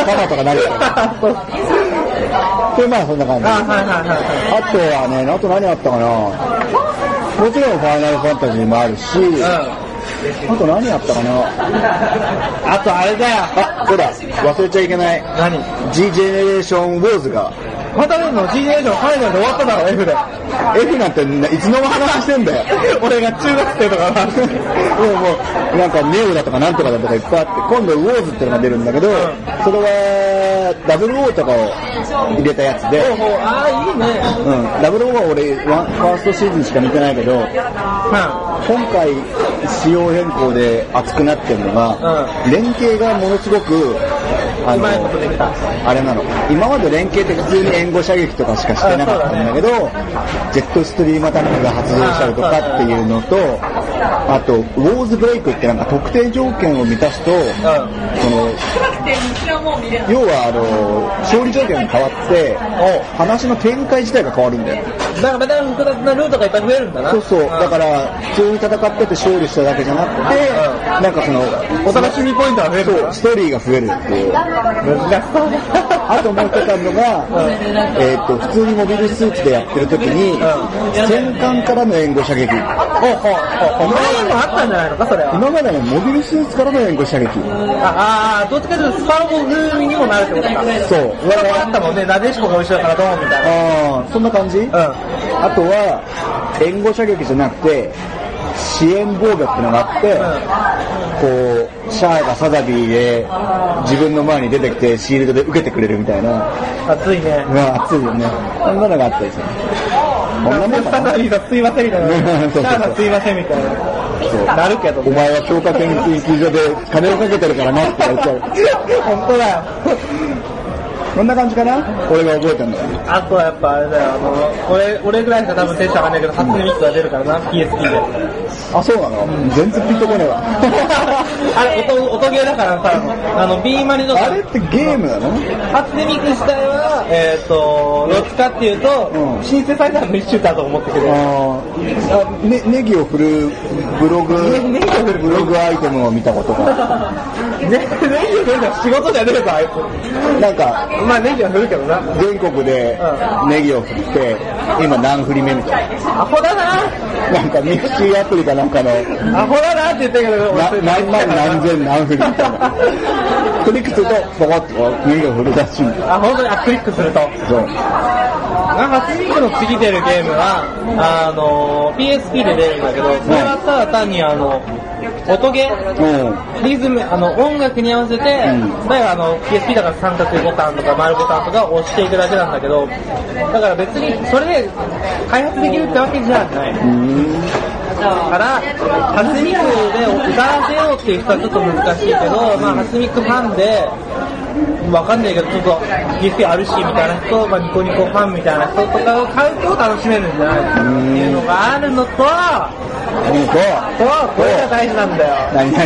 C: パとかなるから。で、まあそんな感じ。
D: あ、はいはいはいはい。
C: あとはね、あと何あったかなもちろんファイナルファンタジーもあるし、
D: うん。
C: あと何あったかな
D: あとあれだよ。
C: あ、そうだ、忘れちゃいけない。
D: 何
C: G ジェネレーションウォーズが、
D: また出るの ?G ジェネレーションファイナルで終わっただろ、F で。
C: F なんていつの間話してんだよ。
D: *laughs* 俺が中学生とかな。
C: *laughs* もうもう、なんかネオだとかなんとかだとかいっぱいあって、今度ウォーズってのが出るんだけど、それは、ダブル O とかを入れたやつで、
D: ああ、いいね。
C: うん、ダブル O は俺、ワンファーストシーズンしか見てないけど、
D: は
C: 今回仕様変更で熱くなってるのが、連携がものすごくあ
D: うまいことできた
C: あれなの今まで連携って普通に援護射撃とかしかしてなかったんだけどジェットストリームアタックが発動したりとかっていうのとあとウォーズブレイクってなんか特定条件を満たすと、
D: ん。うん。
C: その要はあの勝利条件が変わって話の展開自体が変わるんだよ
D: なんかまた複雑なルートがいっぱい増えるんだな。、
C: そうそう、だからら、普通に戦ってて勝利しただけじゃなくて、なんかその、
D: お楽しみポイントが増える
C: そう、ストーリーが増えるっていう。
D: 難しそうだ。
C: あともう一つあるのが、えーっと、普通にモビルスーツでやってる時に、戦艦からの援護射撃。
D: ほうほうほうほう。前にもあったんじゃないのか、それは。
C: 今までのモビルスーツからの援護射撃。
D: ああー、どっちかというとスパロボ風にもなるってことか。
C: そう。
D: スパロボあったもんね、なでしこが後ろからドーンみたい
C: ああ、そんな感じ、
D: な。うん。
C: あとは、援護射撃じゃなくて、支援防御ってのがあって、こう、シャアがサザビーで自分の前に出てきてシールドで受けてくれるみたいな、
D: 熱いね。
C: うわ、熱いよね。そんなのがあったりする。こんなもんかな
D: 再びがすいませんみ *laughs* たいな。シ
C: そうそうそう
D: ャアがすいませんみたいな。
C: そう
D: なるけど
C: お
D: ね。
C: 前は強化研究所で金をかけてるからなって言われちゃう。
D: 本当だよ。
C: こんな感じかな俺が覚えたのは。
D: あとはやっぱあれだよ、あの、俺、俺ぐらいしか多分テンション上がんないけど、初音ミックが出るからな、PSP で。
C: あ、そうなの、全然ピンとこねえわ。 *laughs*
D: あれ、音、音ゲーだからさ、あの、ビーマリのさ
C: あれってゲームなの
D: 初音ミク自体は、えっ、と、どっちかっていうと、
C: うん
D: シンセサイザーの一種だと思ってくれる。
C: あーあ、ね、ネギを振るブログ、
D: *laughs* ネギを振る
C: ブログアイテムを見たことが。
D: 全然言うてんだ仕事じゃねえぞ、あいつ。
C: なんか、
D: まあ、ネギは振るけどな。
C: 全国でネギを振って、今何振り目みたい
D: アホだな、
C: な。なんかミクシーアプリかなんかの、
D: アホだなって言ってるけど、
C: な何万何千何振りみたいな。クリックすると、ポコッとこうネギを振るらしいんだ。
D: あ、本当に、あ、クリックすると。
C: そう。
D: なんか初音ミクの次出るゲームは、あの、PSP で出るんだけど、それはただ単にあの、音ゲー
C: うん。
D: リズム、あの、音楽に合わせて、
C: ん
D: 前はあの、PSP だから三角ボタンとか丸ボタンとかを押していくだけなんだけど、だから別にそれで開発できるってわけじゃない。から、ハスミックで歌わせようっていう人はちょっと難しいけど、まあ、ハスミックファンで、わかんないけど、ちょっと PSP あるしみたいな人、まあ、ニコニコファンみたいな人とかを買うと楽しめるんじゃないかなっていうのがあるのと、
C: 何と、
D: と、これが大事なん
C: *laughs*
D: だよ。
C: 何々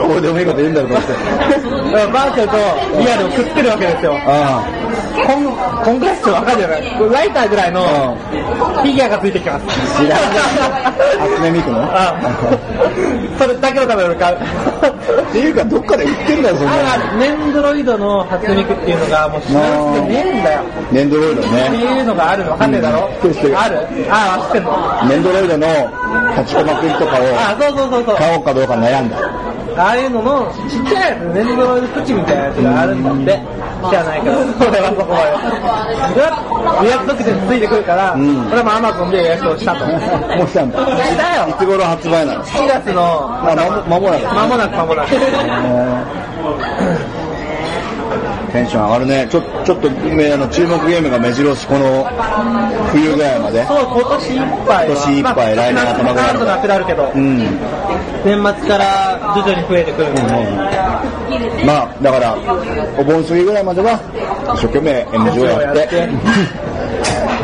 C: の、どうでもいいこと言うんだろうと思って。
D: バーチャルとリアルをくっつけるわけですよ。
C: あ
D: こん、こんぐらいっすよ、わかるじゃないライターぐらいの
C: あ、
D: フィギュアがついてきます。
C: 知ら
D: *laughs*
C: ん初音ミクの
D: うんそれだけのために買う。
C: あ。っていうか、どっかで売ってんだよ、そんな
D: あ
C: の。
D: ら、ネンドロイドの初ミクっていうのが、もう知らなくてねえんだよ。
C: ネンドロイド
D: って
C: ね。
D: いうのがあるの、わかんねえだろ
C: うん知ってる知ってる
D: あるああ、知ってんの。あ
C: ネンドロイドの立ちこまくりとか
D: あ
C: を、
D: そうそうそうそう。
C: 買おうかどうか悩んだ。
D: ああいうのの、ちっちゃいやつ、ネンドロイドプチみたいなやつがあるんだって。知らないけど、それはそこまで。予約特典ついてくるから、
C: ん
D: これもアマゾンで予約をしたと。
C: もう来たんだ。
D: したよ
C: いつ頃発売なの
D: 4月の、
C: まあ、まもまもなく。
D: まもなくまもなく。
C: *clears throat* テンション上がるね。ちょ、ちょっと、ねあの、注目ゲームが目白押し、この冬ぐらいまで。
D: そう、今年いっぱいは。
C: 今年いっぱい来年頭ぐらい
D: まあなくなるけど
C: う、ん。
D: 年末から徐々に増えてくるんで。
C: まあ、だから、お盆過ぎぐらいまでは、一生懸命 M 字をやって、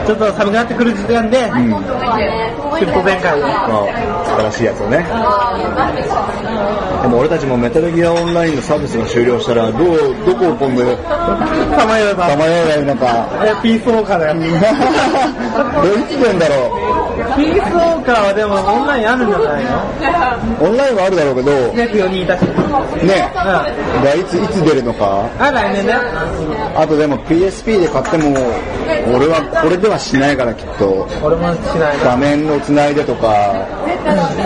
D: ちょっと寒くなってくる時点で、クリコ展開を。
C: まあ、新しいやつをね。でも俺たちもメタルギアオンラインのサービスが終了したら、どう、どこを今度、
D: さまよう
C: さ
D: な。
C: まようがいいのか。
D: えピースウォーカーだよ。
C: どう *laughs* 言ってんだろ
D: ピースウォーカーはでもオンラインあるんじゃないの
C: う。オンラインはあるだろうけど、
D: 約4人いたし。うん。
C: ね、
D: あ、
C: がいつ、いつ出るのか。
D: 来年だよ。
C: あとでも PSP で買っても、俺は、これではしないからきっと、
D: 俺もしないな。
C: 画面を繋いでとか、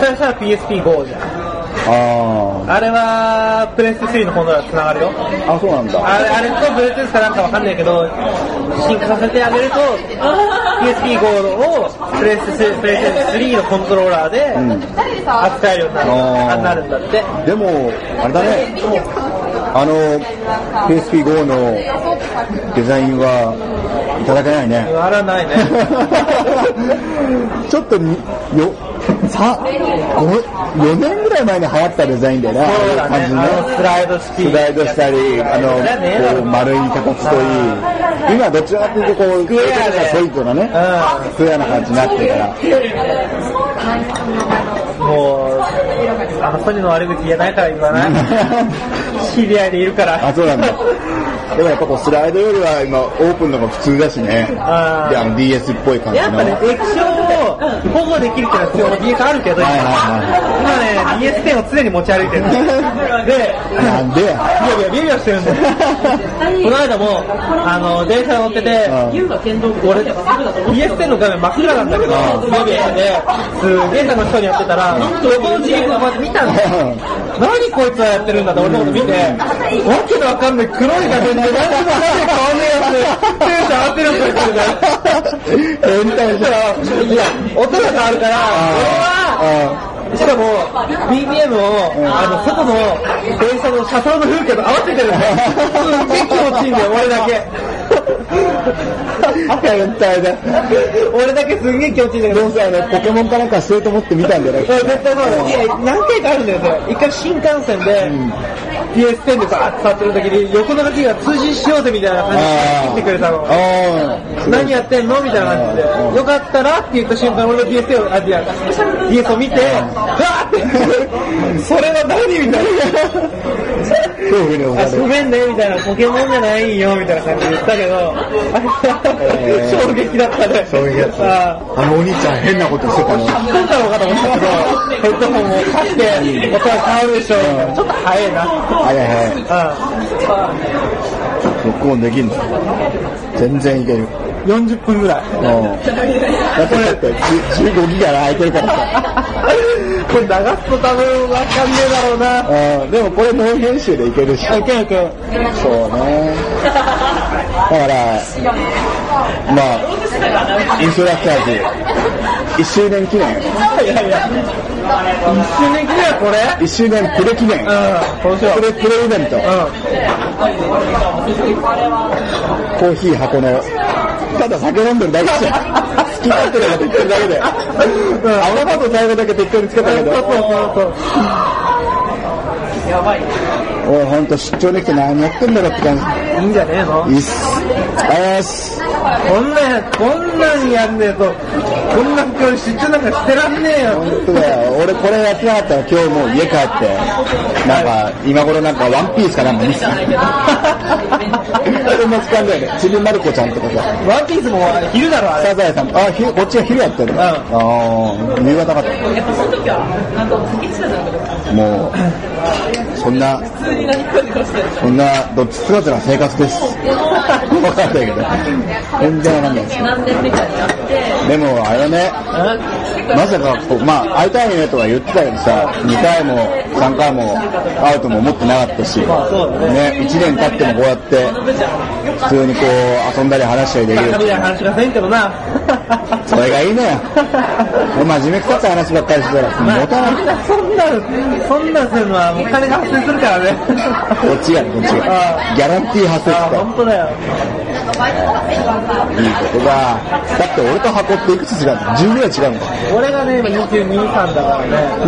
D: それしたら PSP5 じゃん。
C: あ
D: あれは、プレステ3の本なら繋がるよ。
C: あ、あ、そうなんだ。
D: あれ、あれとブルートゥースかなんかわかんないけど、進化させてあげると、PSP5 をプレステプレステ3のコントローラーで
C: ん
D: 扱えるようになる,、
C: あー
D: なるんだって。
C: でも、あれだね、あの、PSP-GO のデザインはいただけないね。 *laughs*
D: あらないね。
C: ちょっとに、よ、さ、ご4年ぐらい前に流行ったデザインだよな、あ
D: そうだ
C: あ
D: ね。
C: いう
D: あのスライドスピード。
C: スライドしたり、あの、
D: じゃねえだろ
C: こう、丸い形といい。今どちらかというと、こう、
D: クエアで
C: ソイトなね、
D: う
C: クエアな感じになってるから。
D: もう、 *laughs* あの、ソニーの悪口言えないから言わない知り合いでいるから。
C: あそうなんだでもやっぱこうスライドよりは今オープンのが普通だしね。で、
D: あー
C: あの DS っぽい感じ
D: やっ
C: の。
D: ぱね、液晶を保護できるっていうのは必要な DS あるけど、今
C: はいは
D: ね、DS10 を常に持ち
C: *laughs*
D: 歩いてるんですで、
C: なんでや。
D: ビヨビヨビヨビヨしてるんですよ。この間も、あの、電車乗ってて、俺、DS10 の画面真っ暗なんだけど、ビヨビヨしてて、すげえ楽しそうにやってたら、横の DS をまず見たんだよ。何こいつはやってるんだって俺のこと見て、わけのわかんない黒い画面で何でも変わんねえやつ、テンション上がってるんだよ、
C: 変態じゃん。
D: いや、音が変わるから、俺
C: あ
D: は、しかも、BPM を、あの、外の電車の車窓の風景と合わせてるんだよ。すっげえ気持ちいいんだよ、俺だけ。
C: ー変態だ。
D: 俺だけすんげえ気持ちいいんだけ
C: で
D: ど、
C: もさ、あの、ポケモンかなんかしようと思って見たんだよね。
D: 俺絶対そうだよ。いや、何回かあるんだよ、それ。一回新幹線で、PS10 でバーって触ってる時に、横のガキが通信しようぜみたいな感じで来てくれたの。
C: あー
D: 何やってんのみたいな感じ
C: うん
D: で、よかったらって言った瞬間、俺の DS を、あ、いや、DS を見て、わーって、 *laughs* それは何みたい
C: 恐怖に
D: な。あ、
C: 押され
D: ご
C: る。
D: めんね、みたいな、ポケモンじゃないよ、みたいな感じで言ったけど、
C: えー
D: 衝撃だったね。
C: 衝撃だった。
D: あー
C: あのお兄ちゃん変なことしてたの。
D: 聞くんだろうかと思ったけど、ヘッドホンを買って、音が変わるでしょ、みたいなちょっと早いな。
C: はいはいはい。
D: あ
C: 録音できんの全然いける。
D: 40分ぐらい。
C: うん。だってだってじ15ギガ空いてるからさ。
D: これ流すと多分わかんねえだろうな。
C: うん。でもこれノン編集でいけるし。
D: いけいけ。
C: そうね。だから、まあ、インストラクターズ、1周年記念、
D: いやいや、一周年記念これ
C: 1周年プレ記念、
D: うん、面白
C: プ
D: い。
C: レ、プレイベント、コーヒー箱の、ただ酒飲んでるだけじゃん。好き勝手なこと言ってるだけで。アワバと最後だけ適当につけたけ
D: うん。
C: ど、
D: そうそうそうそう。
C: おい、ほんと出張できて何やってんだろうって感じ。
D: いいんじゃねえの
C: いいっす。ありがとうございます。
D: こんなん、こんなんやんねえと、こんな今日出張なんかしてらんねえよ。
C: 本当だよ。俺これやってなかったら今日もう家帰って、なんか、今頃なんかワンピースかなんか見て *laughs* た。そんな時間だよね。ちびまる子ちゃんとかさ、
D: ワンピースも昼だろ、あれ。
C: サザエさん、あ、ひこっちが昼やってる。
D: ん
C: ああ、夕方かと。もう、そんな、そんな、どっちつかずな生活 *laughs* です。わかんないけど。全然わかんないです。でも、あれだね、まさかこう、まあ、会いたいねとは言ってたけどさ、2回も3回も会うとも思ってなかったし、ね、1年経ってもこうやって、普通にこう、遊んだり話したりできる
D: 中身な話がせんけどな。
C: それがいいのよ。もう真面目くさった話ばっかりしてたら、持たない。
D: そんな、そんなんするのはもう金が発生するからね。
C: こっちが、こっち
D: あ
C: が。ギャランティー発生
D: あ
C: し
D: あ、ほんとだよ。
C: て。いいことだ。だって俺と箱っていくつ違うの ?10 ぐらい違うのか。
D: 俺がね、今22、3だから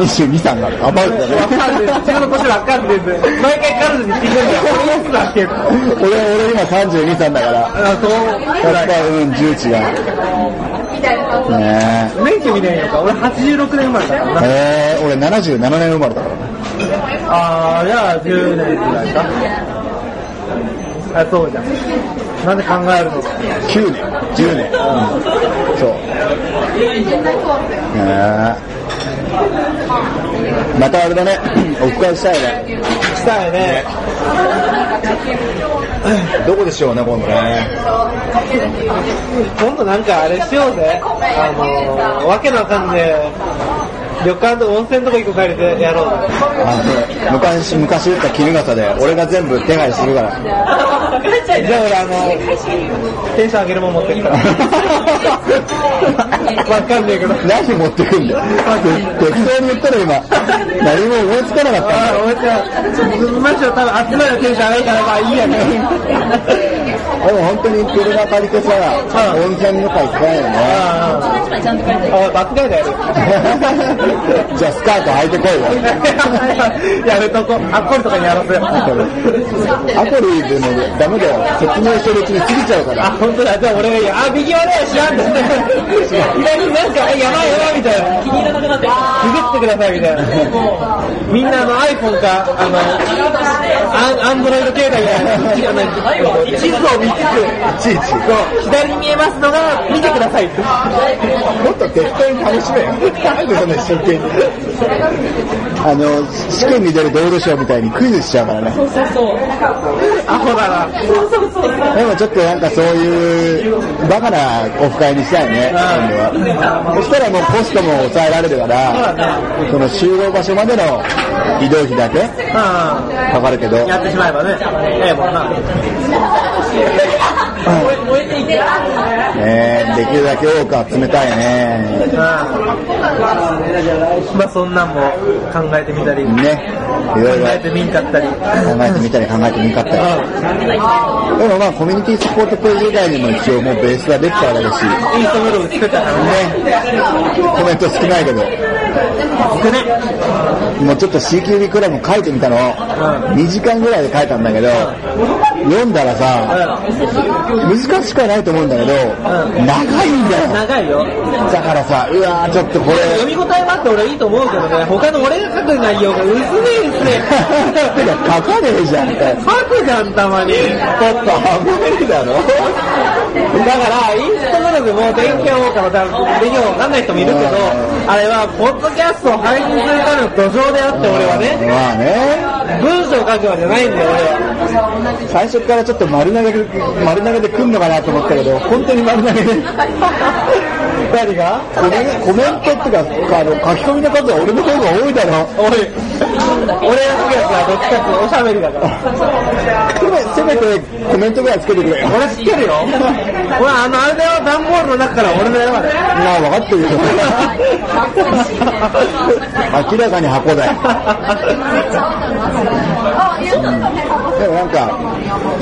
D: ね。
C: 22、3が。アバウト
D: わ
C: だね。
D: かんない。自分の年わかんないです。毎回彼女に聞いてるから、こいつだっけ
C: 俺、俺今32、3だから。
D: あそう。
C: やっぱ、うん、重値が。ね
D: 免許見ないのか。俺86年生まれだから
C: え。
D: な。
C: えー、俺77年生まれだからね。
D: あー、じゃあ10年くらいか。あ、そうじゃん。なんで考えるの
C: 9年、10年。うん、そう。ねえまたあれだね、 *clears throat* オフ会したいね。
D: したよね。
C: どこでしようね、今度ね。
D: 今度なんかあれしようぜ。あのー、わけのわかんねえ。旅館と温泉のとこ一個借りてやろうぜ。
C: あそう昔、昔言った衣笠で、俺が全部手配する
D: *laughs*
C: から。
D: じゃあ俺あの、テンション上げるもん持ってくから。わかんねえけど。
C: 何持ってくんだよ。適当に言ったら今、何も思いつかなかったんだよ
D: ああ、おめちゃん、マジで多分集まるテンション上がるから、まあいいやね。
C: でも本当に車借りてさ、
D: うん
C: 温泉とか行きたいよね。
D: あ
E: 一枚ちゃんと書いてあ
D: あ、
E: る。
D: あバックガイドやる。
C: *laughs* じゃあスカート履いてこいよ。
D: *laughs* やるとこ、アッコルとかにやらせ。
C: アコリでもダメだよ。説明してるうちに過ぎちゃうか
D: あ、
C: ら。
D: 本当だ。じゃあ俺がいいよ、あ、右はね、知らんって。意外になんか、あやばいやばいみたいな。
E: 気に入らなくなってる。
D: くぐってくださいみたいな。みんなあの iPhone か、あの、アンアンドロイド携帯が、地図を見つつ、
C: いちいち。
D: 左に見えますのが、見てくださいって。
C: もっと適当に楽しめよ。なんでそんな一生懸命。あの、試験に出る道路ショーみたいにクイズしちゃうからね。
E: そうそうそう。
D: アホだな。
E: そうそうそう。
C: でもちょっとなんかそういう、バカなオフ会にしたいね、今度は。そしたらもうコストも抑えられるから、その集合場所までの移動費だけ
D: う
C: かかるけど
D: ん。、やってしまえばね。ええもんな。
E: 燃えていけ。
C: えー、できるだけ多く集めたいね。
D: うんまあそんなんも考えてみたり、考
C: ね。いろいろ
D: えてみんかったり。
C: 考えてみたり考えてみんかったり。でもまあコミュニティサポートページ以外にも一応もうベースはできたわけだし、ね。
D: インスタブログ作ったからね。
C: コメント少ないけど、
D: 少ね。
C: もうちょっと CQB クラブ書いてみたの。2時間ぐらいで書いたんだけど、読んだらさ、難しくはないと思うんだけど、長いんだよ。
D: 長いよ。
C: だからさ、うわーちょっとこれ、 *laughs*
D: 読み応えもあって俺いいと思うけどね、他の俺が書く内容が薄いですね。
C: てか書かねえじゃんって。
D: 書くじゃん、たまに。
C: ち
D: だ
C: ょっと危ねえだろ。
D: から、インスタブログも勉強からだ勉強わかんない人もいるけど、あれは、ポッドキャストを配信するための土壌であって、俺はね、
C: まあね。
D: 文章を書くわけじゃないんだよ、俺は。
C: 最初からちょっと丸投げで丸投げで来んのかなと思ったけど、本当に丸投げで。 *laughs* 誰がコメコメントっていうか、あの、書き込みの数は俺の方が多いだろ。
D: 俺、俺が書くやつはどっちかっていうとおしゃべりだから。
C: せめせめてコメントぐらいつけてくれよ。
D: 俺知ってるよ。ほら、あの、あれだよ、段ボールの中から俺の選ばれ。
C: まあ、分かってるよ。明らかに箱だよ。でもなんか、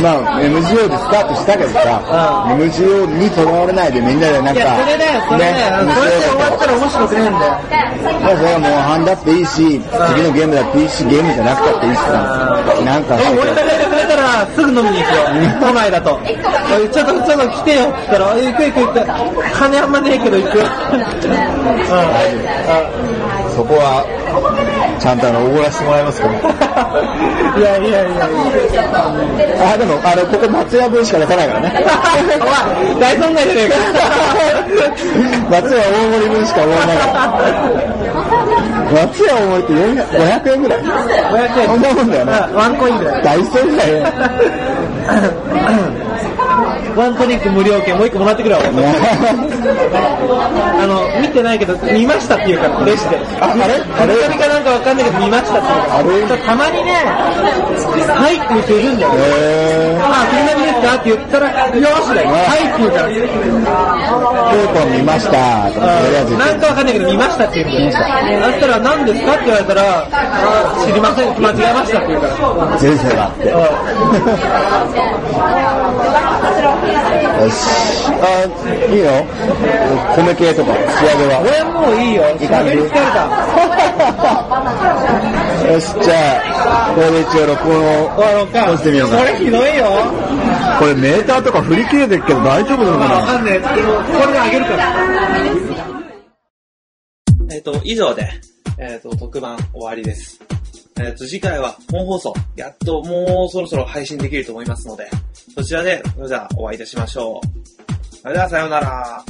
C: まあ、MGO でスタートしたけどさ、MGO にとらわれないでみんなでなんか、
D: いや、それだよ、それだよ。それで終わ
C: MGO
D: ったら面白くねえんだよ。
C: まあそれはモンハンだっていいし、次のゲームだっていいし、ゲームじゃなくたっていいしさ、なんか、
D: え、俺が入れてくれたらすぐ飲みに行くよ。都内だと。おいちょっと、ちょっと来てよって言ったら、行く行く行く。金あんまねえけど行くよ。
C: そこは、ちゃんとあの、おごらせてもらいますから。
D: うん。いやいやいや。
C: あ、でも、あの、ここ松屋分しか出さないからね。
D: おい、大損害じゃねえか。
C: 松屋大盛り分しか終わらないから。松屋大盛りって400 500円ぐらい
D: 500円。
C: そんなもんだよね
D: うワンコインぐらい。
C: 大損だ
D: *laughs*
C: よ。
D: ワントリック無料券、もう一個もらってくれよ。俺あの、見てないけど、見ましたって言うから、レジで。
C: あ、あれあ
D: あれ
C: れ
D: かなんかわかんないけど、見ましたって言うから。
C: あれ
D: たまにね、はいって言う人いるんだよ。
C: え
D: あ、そんなにですかって言ったら、よしだよ。はいって言うから。
C: ー、クーポン見ましたとか、とりあえず言って
D: なんかわかんないけど、見ましたって言うんだよ。だったら、何ですかって言われたら、あ知りません、間違えましたって言うから。
C: 前世があって。よし。あ、いいの米系とか、仕上げは。
D: 俺もういいよ、喋り疲れた。
C: よし、じゃあ、これで一応録音を。
D: あのか
C: どうしてみようか
D: これひどいよ。
C: これメーターとか振り切れてるけど大丈夫なの
D: わかんない。でもこれであげるから。
B: えっ、と、以上で、えっ、と、特番終わりです。えっ、と、次回は本放送、やっともうそろそろ配信できると思いますので、そちらで、それではお会いいたしましょう。それではさようなら。